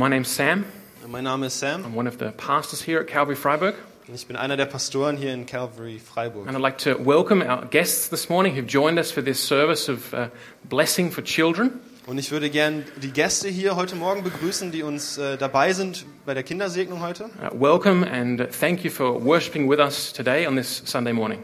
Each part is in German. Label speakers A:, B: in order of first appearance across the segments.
A: My name's Sam.
B: Mein Name ist Sam
A: I'm one of the pastors here at Calvary Freiburg,
B: und ich bin einer der Pastoren hier in Calvary Freiburg.
A: and I'd like to welcome our guests this morning who've joined us for this service of uh, blessing for children.
B: Und ich würde gern die Gäste hier heute Morgen begrüßen, die uns äh, dabei sind bei der Kindersegnung heute.
A: Uh, welcome and thank you for worshiping with us today on this Sunday morning.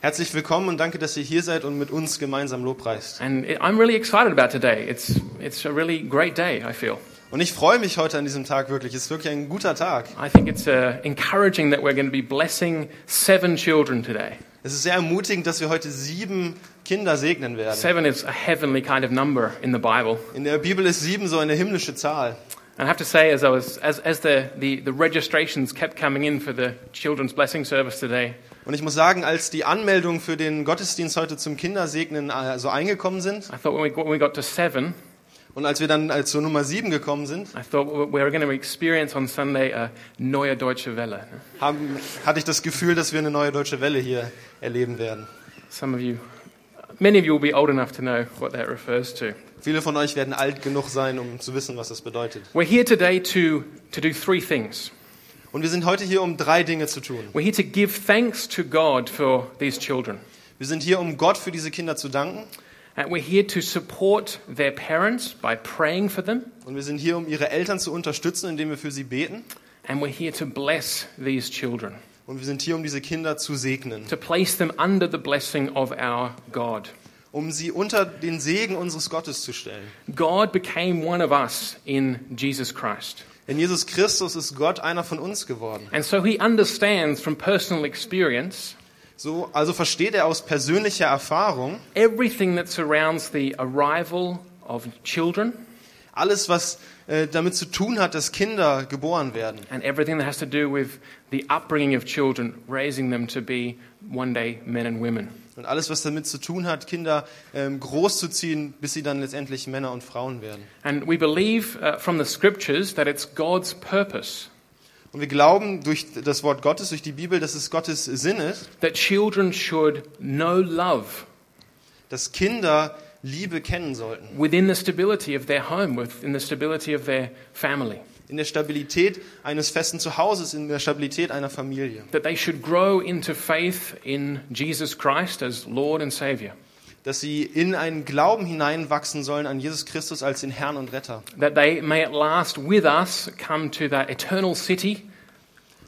B: Herzlich willkommen und danke, dass ihr hier seid und mit uns gemeinsam Lobpreist.
A: And it, I'm really excited about today. It's, it's a really great day, I feel.
B: Und ich freue mich heute an diesem Tag wirklich. Es ist wirklich ein guter Tag.
A: I think it's uh, encouraging that we're going to be blessing seven children today.
B: Es ist sehr ermutigend, dass wir heute sieben Kinder segnen werden.
A: Seven is a heavenly kind of number in the Bible.
B: In der Bibel ist sieben so eine himmlische Zahl.
A: And I have to say, as, I was, as, as the, the, the registrations kept coming in for the children's blessing service today,
B: Und ich muss sagen, als die Anmeldungen für den Gottesdienst heute zum Kindersegnen äh, so eingekommen sind
A: I thought when we got, when we got to seven,
B: und als wir dann äh, zur Nummer sieben gekommen sind,
A: I thought we we were going to experience on Sunday a Neue Deutsche Welle.
B: haben, hatte ich das Gefühl, dass wir eine neue deutsche Welle hier erleben werden.
A: Some of you, many of you will be old enough to know what that refers to.
B: Viele von euch werden alt genug sein, um zu wissen, was das bedeutet.
A: We're here today to, to do three things.
B: Und wir sind heute hier, um drei Dinge zu tun.
A: We're here to give thanks to God for these children.
B: Wir sind hier, um Gott für diese Kinder zu danken.
A: And we're here to support their parents by praying for them.
B: Und wir sind hier, um ihre Eltern zu unterstützen, indem wir für sie beten.
A: And we're here to bless these children,
B: Und wir sind hier, um diese Kinder zu segnen.
A: to place them under the blessing of our God.
B: Um sie unter den Segen unseres Gottes zu stellen.
A: God became one of us in Jesus Christ.
B: In Jesus Christus ist Gott einer von uns geworden.
A: And so he understands from personal experience
B: So, also versteht er aus persönlicher Erfahrung
A: everything that surrounds the arrival of children
B: alles, was äh, damit zu tun hat, dass Kinder geboren werden.
A: and everything that has to do with the upbringing of children, raising them to be one day men and women.
B: Und alles, was damit zu tun hat, Kinder ähm, großzuziehen, bis sie dann letztendlich Männer und Frauen werden.
A: And we believe uh, from the scriptures that it's God's purpose
B: Und wir glauben durch das Wort Gottes, durch die Bibel, dass es Gottes Sinn ist,
A: that children should know love
B: dass Kinder Liebe kennen sollten.
A: within the stability of their home, within the stability of their family,
B: In der Stabilität eines festen Zuhauses, in der Stabilität einer Familie.
A: that they should grow into faith in Jesus Christ as Lord and Savior.
B: Dass sie in einen Glauben hineinwachsen sollen an Jesus Christus als den Herrn und Retter.
A: that they may at last with us come to that eternal city,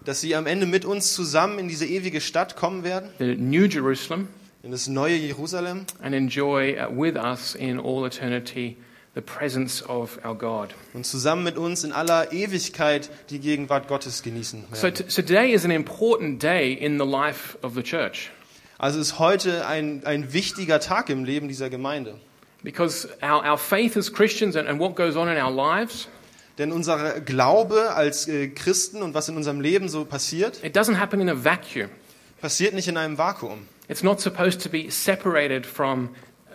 B: Dass sie am Ende mit uns zusammen in diese ewige Stadt kommen werden,
A: the New Jerusalem,
B: in das neue Jerusalem
A: and enjoy uh, with us in all eternity the presence of our God.
B: und zusammen mit uns in aller Ewigkeit die Gegenwart Gottes genießen werden.
A: So, t- so today is an important day in the life of the church
B: Also ist heute ein, ein wichtiger Tag im Leben dieser Gemeinde.
A: because our, our faith as Christians and, and what goes on in our lives,
B: Denn unser Glaube als äh, Christen und was in unserem Leben so passiert,
A: it doesn't happen in a vacuum.
B: passiert nicht in einem Vakuum.
A: It's not supposed to be separated from,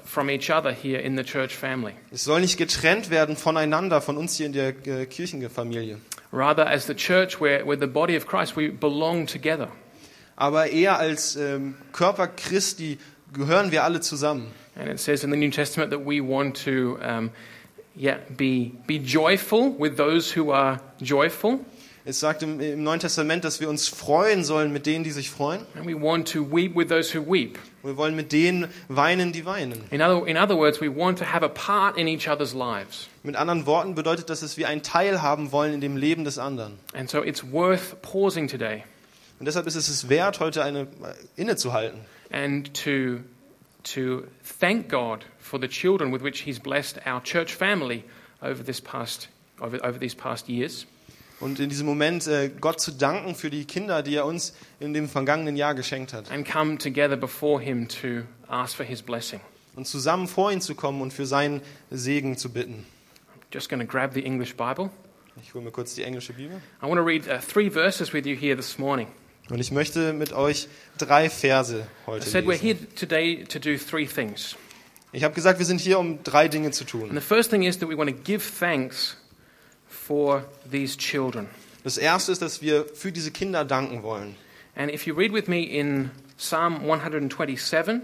A: from each other here in the church family.
B: Es soll nicht getrennt werden voneinander, von uns hier in der äh, Kirchenfamilie.
A: Rather, as the church, where, where the body of Christ, we belong together.
B: Aber eher als ähm, Körper Christi gehören wir alle zusammen.
A: And it says in the New Testament that we want to um, yeah, be, be joyful with those who are joyful,
B: Es sagt im, im Neuen Testament, dass wir uns freuen sollen mit denen, die sich freuen.
A: and we want to weep with those who weep.
B: Und wir wollen mit denen weinen, die weinen.
A: In other, in other words, we want to have a part in each other's lives.
B: Mit anderen Worten bedeutet das, dass wir einen Teil haben wollen in dem Leben des anderen.
A: And so it's worth pausing today
B: Und deshalb ist es es wert, heute eine äh, innezuhalten
A: and to, to thank God for the children with which He's blessed our church family over, this past, over, over these past years.
B: und in diesem Moment äh, Gott zu danken für die Kinder, die er uns in dem vergangenen Jahr geschenkt hat
A: And come together before Him to ask for His blessing.
B: und zusammen vor ihn zu kommen und für seinen Segen zu bitten.
A: Just going to grab the English Bible.
B: Ich hole mir kurz die englische Bibel
A: I want to read uh, three verses with you here this morning.
B: und ich möchte mit euch drei Verse
A: I
B: heute
A: said we're
B: lesen.
A: here today to do three things.
B: Ich habe gesagt, wir sind hier, um drei Dinge zu
A: And
B: tun.
A: the first thing is that we want to give thanks for these children.
B: Das erste ist, dass wir für diese Kinder danken wollen.
A: And if you read with me in Psalm 127,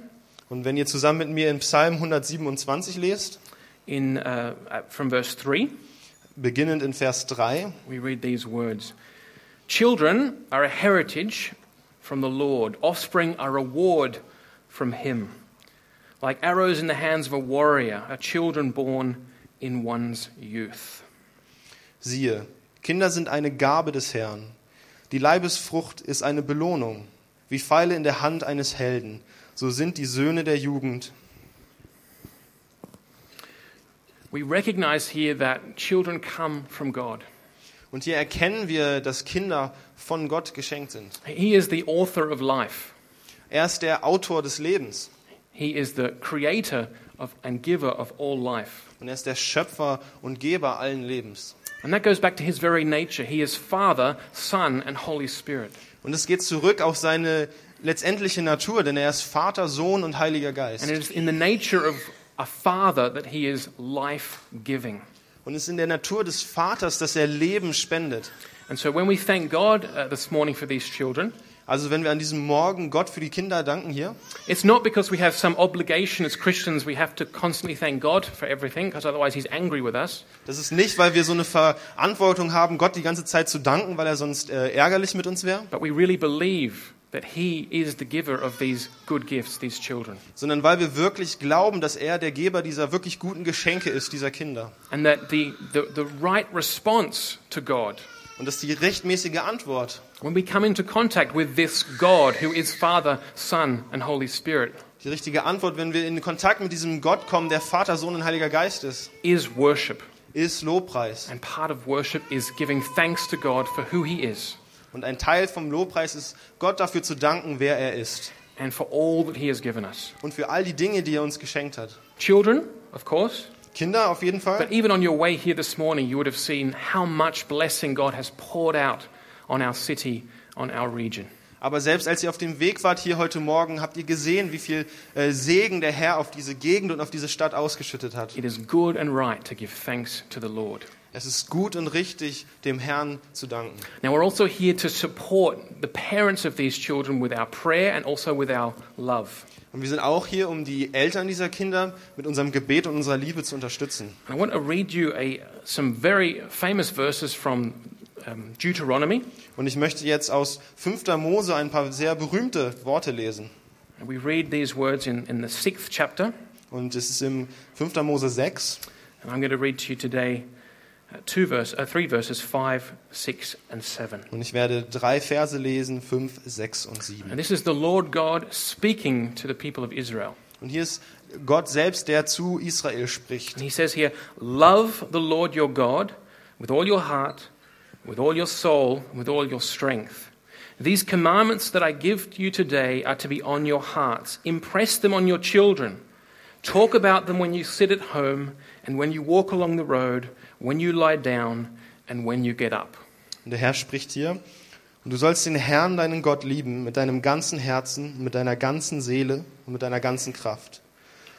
B: Und wenn ihr zusammen mit mir in Psalm 127 lest,
A: in, uh, uh, from verse 3,
B: beginnend in Vers 3.
A: we read these words Children are a heritage from the Lord, offspring a reward from Him. Like arrows in the hands of a warrior are children born in one's youth.
B: Siehe, Kinder sind eine Gabe des Herrn. Die Leibesfrucht ist eine Belohnung. Wie Pfeile in der Hand eines Helden, so sind die Söhne der Jugend.
A: We recognize here that children come from God.
B: Und hier erkennen wir, dass Kinder von Gott geschenkt sind.
A: He is the author of life,
B: Er ist der Autor des Lebens
A: He is the creator of and giver of all life.
B: und er ist der Schöpfer und Geber allen Lebens.
A: And that goes back to his very nature. He is Father, Son, and Holy Spirit.
B: Und es geht zurück auf seine letztendliche Natur, denn er ist Vater, Sohn und Heiliger
A: And
B: Geist.
A: it is in the nature of a father that he is life giving.
B: Und es ist in der Natur des Vaters, dass er Leben spendet.
A: And so when we thank God uh, this morning for these children,
B: Also wenn wir an diesem Morgen Gott für die Kinder danken hier,
A: it's not because we have some obligation as Christians we have to constantly thank God for everything, because otherwise he's angry with us.
B: das ist nicht, weil wir so eine Verantwortung haben, Gott die ganze Zeit zu danken, weil er sonst äh, ärgerlich mit uns wäre,
A: But we really believe that he is the giver of these good gifts, these children.
B: sondern weil wir wirklich glauben, dass er der Geber dieser wirklich guten Geschenke ist, dieser Kinder.
A: And that the, the, the right response to God,
B: Und dass die rechtmäßige Antwort,
A: when we come into contact with this God who is Father, Son, and Holy Spirit,
B: die richtige Antwort, wenn wir in Kontakt mit diesem Gott kommen, der Vater, Sohn und Heiliger Geist ist,
A: is worship.
B: ist Lobpreis.
A: And part of worship is giving thanks to God for who He is
B: Und ein Teil vom Lobpreis ist, Gott dafür zu danken, wer er ist.
A: and for all that He has given us.
B: Und für all die Dinge, die er uns geschenkt hat.
A: Children, of course,
B: Kinder auf jeden Fall.
A: but even on your way here this morning, you would have seen how much blessing God has poured out on our city, on our region.
B: Aber selbst als ihr auf dem Weg wart hier heute Morgen, habt ihr gesehen, wie viel äh, Segen der Herr auf diese Gegend und auf diese Stadt ausgeschüttet hat.
A: It is good and right to give thanks to the Lord.
B: Es ist gut und richtig, dem Herrn zu danken.
A: Now, we're also here to support the parents of these children with our prayer and also with our love.
B: Und wir sind auch hier, um die Eltern dieser Kinder mit unserem Gebet und unserer Liebe zu unterstützen.
A: And I want to read you a, some very famous verses from um, Deuteronomy.
B: Und ich möchte jetzt aus 5. Mose ein paar sehr berühmte Worte lesen.
A: And we read these words in, in the sixth chapter,
B: Und es ist im 5. Mose 6,
A: and I'm going to read to you today uh, two verse, uh, three verses, five, six, and seven.
B: Und ich werde drei Verse lesen, fünf, sechs und sieben.
A: And this is the Lord God speaking to the people of Israel.
B: Und hier ist Gott selbst, der zu Israel spricht.
A: And he says here, Love the Lord your God with all your heart, with all your soul, with all your strength. These commandments that I give to you today are to be on your hearts. Impress them on your children. Talk about them when you sit at home and when you walk along the road, when you lie down and when you get up.
B: Und der Herr spricht hier. Und du sollst den Herrn, deinen Gott, lieben, mit deinem ganzen Herzen, mit deiner ganzen Seele und mit deiner ganzen Kraft.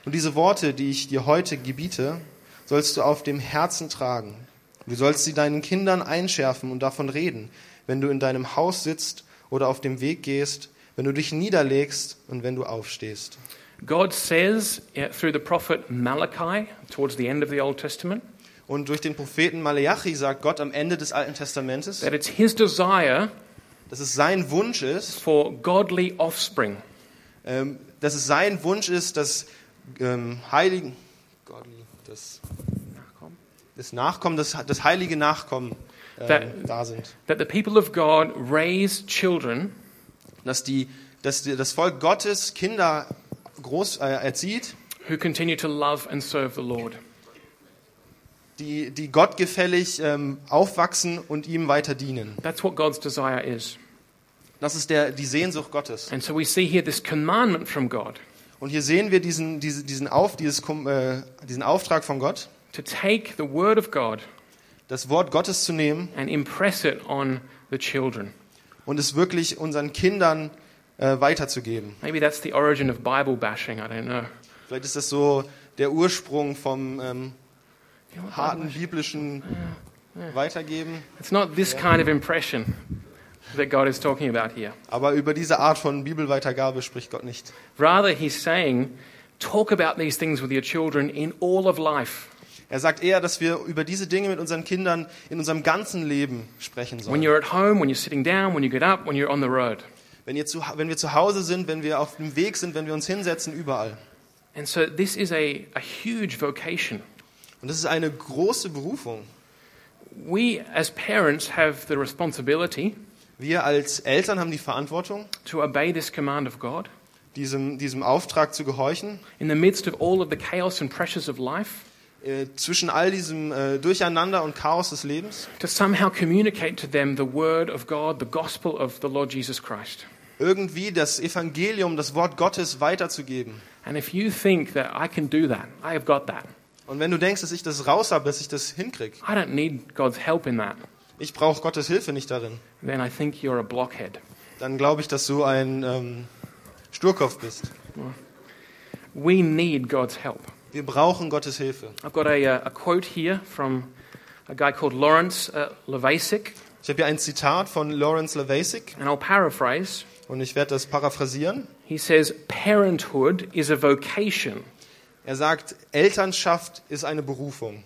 B: Und diese Worte, die ich dir heute gebiete, sollst du auf dem Herzen tragen. Du sollst sie deinen Kindern einschärfen und davon reden, wenn du in deinem Haus sitzt oder auf dem Weg gehst, wenn du dich niederlegst und wenn du aufstehst.
A: God says eh, through the prophet Malachi, towards the end of the Old Testament,
B: Und durch den Propheten Maleachi sagt Gott am Ende des Alten Testamentes,
A: that it's his desire
B: dass es sein Wunsch ist,
A: for godly offspring
B: ähm, dass es sein Wunsch ist, dass ähm, heiligen Godly, das, das Nachkommen, das, das heilige Nachkommen ähm,
A: Da-
B: da sind,
A: that the people of God raise children
B: dass die, dass die, das Volk Gottes Kinder groß äh, erzieht,
A: who continue to love and serve the Lord.
B: die, die gottgefällig ähm, aufwachsen und ihm weiter dienen.
A: That's what God's desire is.
B: Das ist der, die Sehnsucht Gottes.
A: And so we see here this commandment from God
B: Und hier sehen wir diesen, diese, diesen, Auf, dieses, Kom- äh, diesen Auftrag von Gott.
A: to take the word of God
B: das Wort Gottes zu nehmen
A: and impress it on the children.
B: und es wirklich unseren Kindern äh, weiterzugeben.
A: Maybe that's the origin of Bible bashing, I don't know.
B: Vielleicht ist das so der Ursprung vom ähm,
A: You know what,
B: harten biblischen Weitergeben.
A: It's not this kind of impression that God is talking about here.
B: Aber über diese Art von Bibelweitergabe spricht Gott nicht.
A: Rather, he's saying, talk about these things with your children in all of life.
B: Er sagt eher, dass wir über diese Dinge mit unseren Kindern in unserem ganzen Leben sprechen
A: When
B: sollen.
A: you're at home, when you're sitting down, when you get up, when you're on the road.
B: Wenn, ihr zu, wenn wir zu Hause sind, wenn wir auf dem Weg sind, wenn wir uns hinsetzen, überall.
A: And so this is a, a huge vocation.
B: Und das ist eine große Berufung.
A: We as parents have the responsibility
B: Wir als Eltern haben die Verantwortung,
A: to obey this command of God
B: diesem, diesem Auftrag zu gehorchen.
A: in the midst of all of the chaos and pressures of life
B: Äh, zwischen all diesem äh, Durcheinander und Chaos des Lebens
A: to somehow communicate to them the word of God, the gospel of the Lord Jesus Christ.
B: irgendwie das Evangelium, das Wort Gottes weiterzugeben.
A: And if you think that I can do that, I have got that.
B: Und wenn du denkst, dass ich das raus habe, dass ich das hinkriege,
A: I don't need God's help in that.
B: ich brauche Gottes Hilfe nicht darin,
A: Then I think you're a blockhead.
B: dann glaube ich, dass du ein ähm, Sturkopf bist.
A: We need God's help.
B: Wir brauchen Gottes Hilfe.
A: I've got a, uh, a quote here from a guy called Lawrence uh, Levasik,
B: Ich habe hier ein Zitat von Lawrence Levasik
A: and I'll paraphrase.
B: und ich werde das paraphrasieren.
A: He says, Parenthood is a vocation.
B: Er sagt, Elternschaft ist eine Berufung.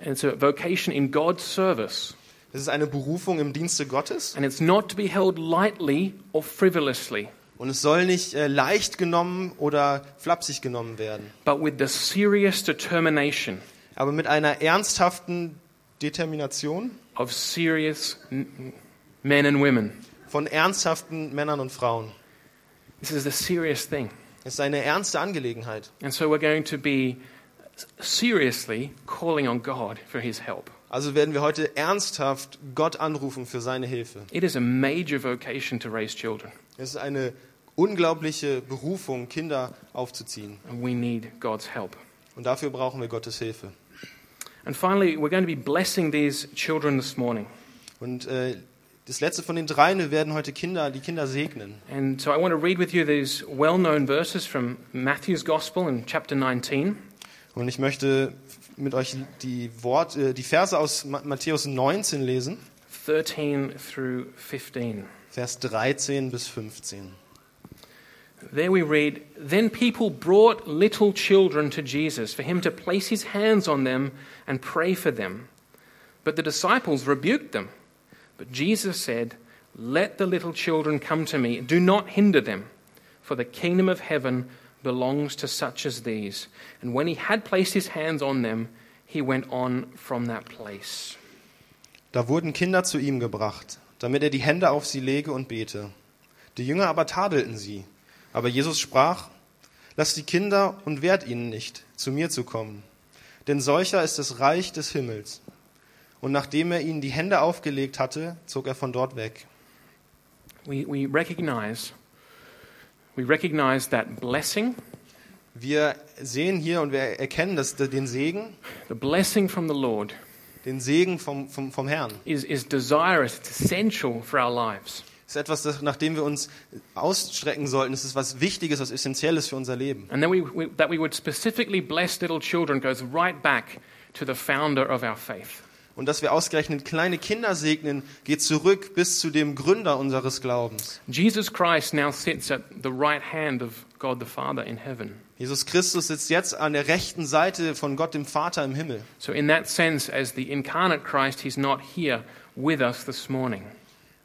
A: And it's a vocation in God's service.
B: Es ist eine Berufung im Dienste Gottes
A: And it's not to be held lightly or frivolously,
B: und es soll nicht äh, leicht genommen oder flapsig genommen werden,
A: but with the serious determination
B: aber mit einer ernsthaften Determination
A: of serious n- men and women.
B: von ernsthaften Männern und Frauen.
A: This is the serious thing.
B: Es ist eine ernste Angelegenheit.
A: And so we're going to be seriously calling on God for his help.
B: Also werden wir heute ernsthaft Gott anrufen für seine Hilfe.
A: It is a major vocation to raise children,
B: Es ist eine unglaubliche Berufung, Kinder aufzuziehen.
A: and we need God's help.
B: Und dafür brauchen wir Gottes Hilfe.
A: And finally, we're going to be blessing these children this morning.
B: Und äh, das letzte von den dreien, wir werden heute Kinder, die Kinder segnen.
A: And so I want to read with you these well known verses from Matthew's Gospel in chapter 19.
B: Und ich möchte mit euch die, Wort, äh, die Verse aus Ma- Matthäus 19 lesen,
A: 13 through 15.
B: Vers 13 bis 15.
A: There we read Then people brought little children to Jesus for him to place his hands on them and pray for them. But the disciples rebuked them. But Jesus said, Let the little children come to me, do not hinder them, for the kingdom of heaven belongs to such as these. And when he had placed his hands on them, he went on from that place.
B: Da wurden Kinder zu ihm gebracht, damit er die Hände auf sie lege und bete. Die Jünger aber tadelten sie. Aber Jesus sprach, Lasst die Kinder und wehrt ihnen nicht, zu mir zu kommen. Denn solcher ist das Reich des Himmels. Und nachdem er ihnen die Hände aufgelegt hatte, zog er von dort weg.
A: We, we recognize. We recognize that blessing,
B: Wir sehen hier und wir erkennen dass den Segen,
A: the blessing from the Lord,
B: den Segen vom, vom, vom Herrn.
A: is, is desirous, it's essential for our lives.
B: ist etwas, das, nach dem wir uns ausstrecken sollten. Es ist was Wichtiges, was Essentielles für unser Leben.
A: And then we, we, that we would specifically bless little children goes right back to the founder of our faith.
B: Und dass wir ausgerechnet kleine Kinder segnen, geht zurück bis zu dem Gründer unseres Glaubens.
A: Jesus Christ now sits at the right hand of God the Father in heaven.
B: Jesus Christus sitzt jetzt an der rechten Seite von Gott dem Vater im Himmel.
A: So, in that sense, as the incarnate Christ, he's not here with us this morning.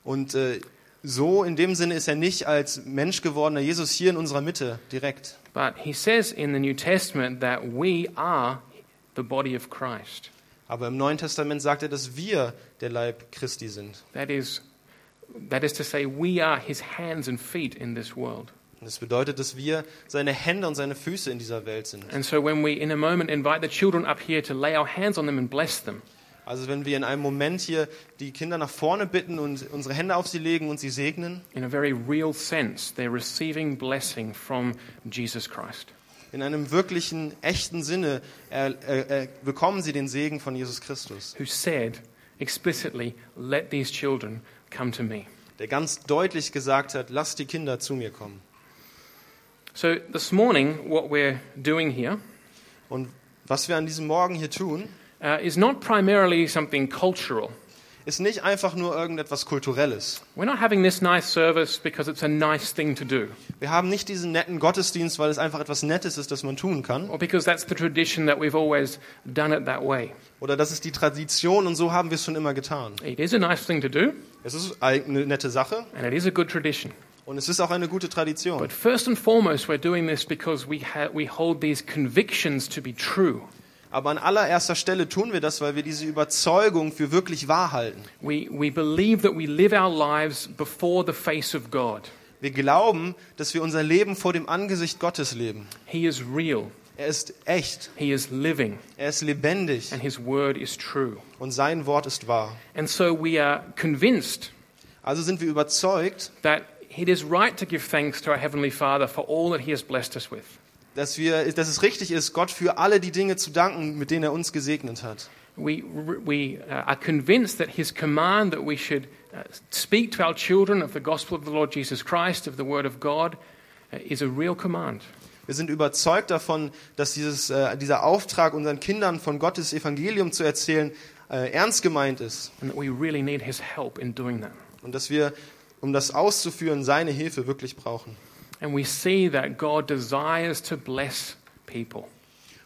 B: Und äh, so in dem Sinne ist er nicht als Mensch gewordener Jesus hier in unserer Mitte direkt.
A: But he says in the New Testament that we are the body of Christ.
B: Aber im Neuen Testament sagt er, dass wir der Leib Christi sind.
A: That is, that is to say, we are his hands and feet in this world.
B: Und das bedeutet, dass wir seine Hände und seine Füße in dieser Welt sind.
A: And so, when we in a moment invite the children up here to lay our hands on them and bless them,
B: Also wenn wir in einem Moment hier die Kinder nach vorne bitten und unsere Hände auf sie legen und sie segnen,
A: in a very real sense, they're receiving blessing from Jesus Christ.
B: in einem wirklichen, echten Sinne äh, äh, äh, bekommen sie den Segen von Jesus Christus,
A: who said explicitly, Let these children come to me.
B: der ganz deutlich gesagt hat, lasst die Kinder zu mir kommen.
A: So, this morning, what we're doing here
B: Und was wir an diesem Morgen hier tun,
A: uh, is not primarily something cultural.
B: ist ist nicht einfach nur irgendetwas Kulturelles.
A: We're not having this nice service because it's a nice thing to do,
B: Wir haben nicht diesen netten Gottesdienst, weil es einfach etwas Nettes ist, das man tun kann.
A: or because that's the tradition that we've always done it that way.
B: Oder das ist die Tradition und so haben wir es schon immer getan.
A: It is a nice thing to do,
B: Es ist eine nette Sache
A: and it is a good tradition.
B: und es ist auch eine gute Tradition.
A: But first and foremost, we're doing this because we, ha- we hold these convictions to be true.
B: Aber an allererster Stelle tun wir das, weil wir diese Überzeugung für wirklich wahr halten.
A: We, we believe that we live our lives before the face of God.
B: Wir glauben, dass wir unser Leben vor dem Angesicht Gottes leben.
A: He is real,
B: Er ist echt,
A: He is living,
B: er ist lebendig
A: and His word is true.
B: und sein Wort ist wahr.
A: And so we are convinced
B: Also sind wir überzeugt,
A: that it is right to give thanks to our Heavenly Father for all that He has blessed us with.
B: dass, wir, dass es richtig ist, Gott für alle die Dinge zu danken, mit denen er uns gesegnet hat.
A: We, we uh, are convinced that His command that we should uh, speak to our children of the gospel of the Lord Jesus Christ, of the Word of God, uh, is a real command.
B: Wir sind überzeugt davon, dass dieses, äh, dieser Auftrag, unseren Kindern von Gottes Evangelium zu erzählen, äh, ernst gemeint ist
A: and that we really need his help in doing that.
B: und dass wir, um das auszuführen, seine Hilfe wirklich brauchen.
A: And we see that God desires to bless people.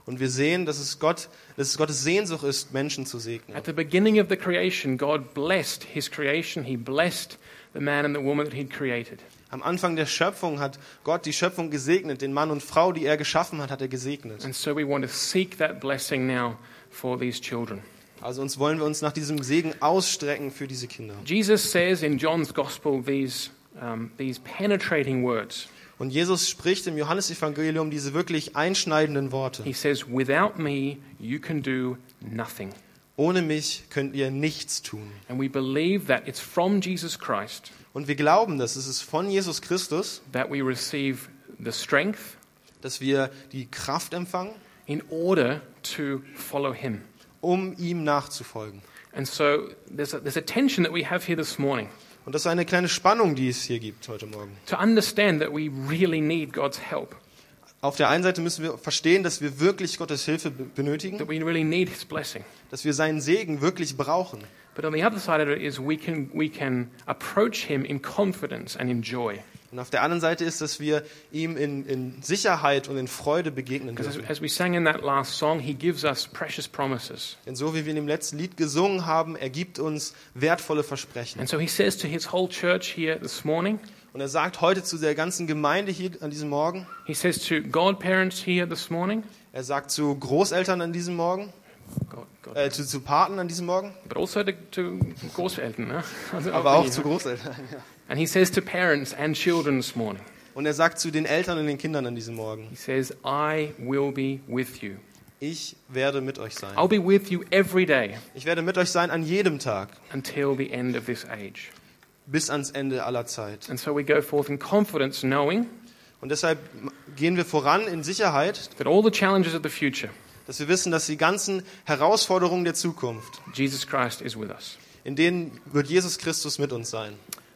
B: Und wir sehen, dass es, Gott, dass es Gottes Sehnsucht ist, Menschen zu segnen.
A: At the beginning of the creation, God blessed his creation. He blessed the man and the woman that he'd created.
B: Am Anfang der Schöpfung hat Gott die Schöpfung gesegnet. Den Mann und Frau, die er geschaffen hat, hat er gesegnet.
A: And so we want to seek that blessing now for these children.
B: Also uns wollen wir uns nach diesem Segen ausstrecken für diese Kinder.
A: Jesus says in John's gospel these, um, these penetrating words.
B: Und Jesus spricht im Johannesevangelium diese wirklich einschneidenden Worte.
A: He says, Without me, you can do nothing.
B: Ohne mich könnt ihr nichts tun.
A: And we believe that it's from Jesus Christ
B: Und wir glauben, dass es ist von Jesus Christus,
A: that we receive the strength,
B: dass wir die Kraft empfangen,
A: in order to follow him.
B: um ihm nachzufolgen.
A: And so there's a, there's a tension that we have here this morning
B: Und das ist eine kleine Spannung, die es hier gibt heute Morgen.
A: to understand that we really need God's help,
B: Auf der einen Seite müssen wir verstehen, dass wir wirklich Gottes Hilfe be- benötigen,
A: that we really need his blessing.
B: dass wir seinen Segen wirklich brauchen.
A: But on the other side of it is we can, we can approach him in confidence and in joy.
B: Und auf der anderen Seite ist, dass wir ihm in, in Sicherheit und in Freude begegnen
A: Because as,
B: dürfen.
A: as we sang in that last song, he gives us precious promises.
B: Denn so wie wir in dem letzten Lied gesungen haben, er gibt uns wertvolle Versprechen.
A: And so he says to his whole church here this morning,
B: Und er sagt heute zu der ganzen Gemeinde hier an diesem Morgen,
A: he says to godparents here this morning,
B: er sagt zu Großeltern an diesem Morgen,
A: God, God,
B: äh, zu, zu Paten an diesem Morgen,
A: but also to, to Großeltern. ne? Also
B: aber auch
A: die-
B: zu Großeltern.
A: And he says to parents and children this morning,
B: Und er sagt zu den Eltern und den Kindern an diesem Morgen,
A: he says, I will be with you.
B: ich werde mit euch sein.
A: I'll be with you every day
B: Ich werde mit euch sein an jedem Tag,
A: until the end of this age.
B: bis ans Ende aller Zeit.
A: And so we go forth in confidence, knowing
B: Und deshalb gehen wir voran in Sicherheit,
A: that all the challenges of the future,
B: dass wir wissen, dass die ganzen Herausforderungen der Zukunft,
A: Jesus Christ is with us.
B: in denen wird Jesus Christus mit uns sein.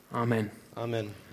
A: Amen.
B: Amen.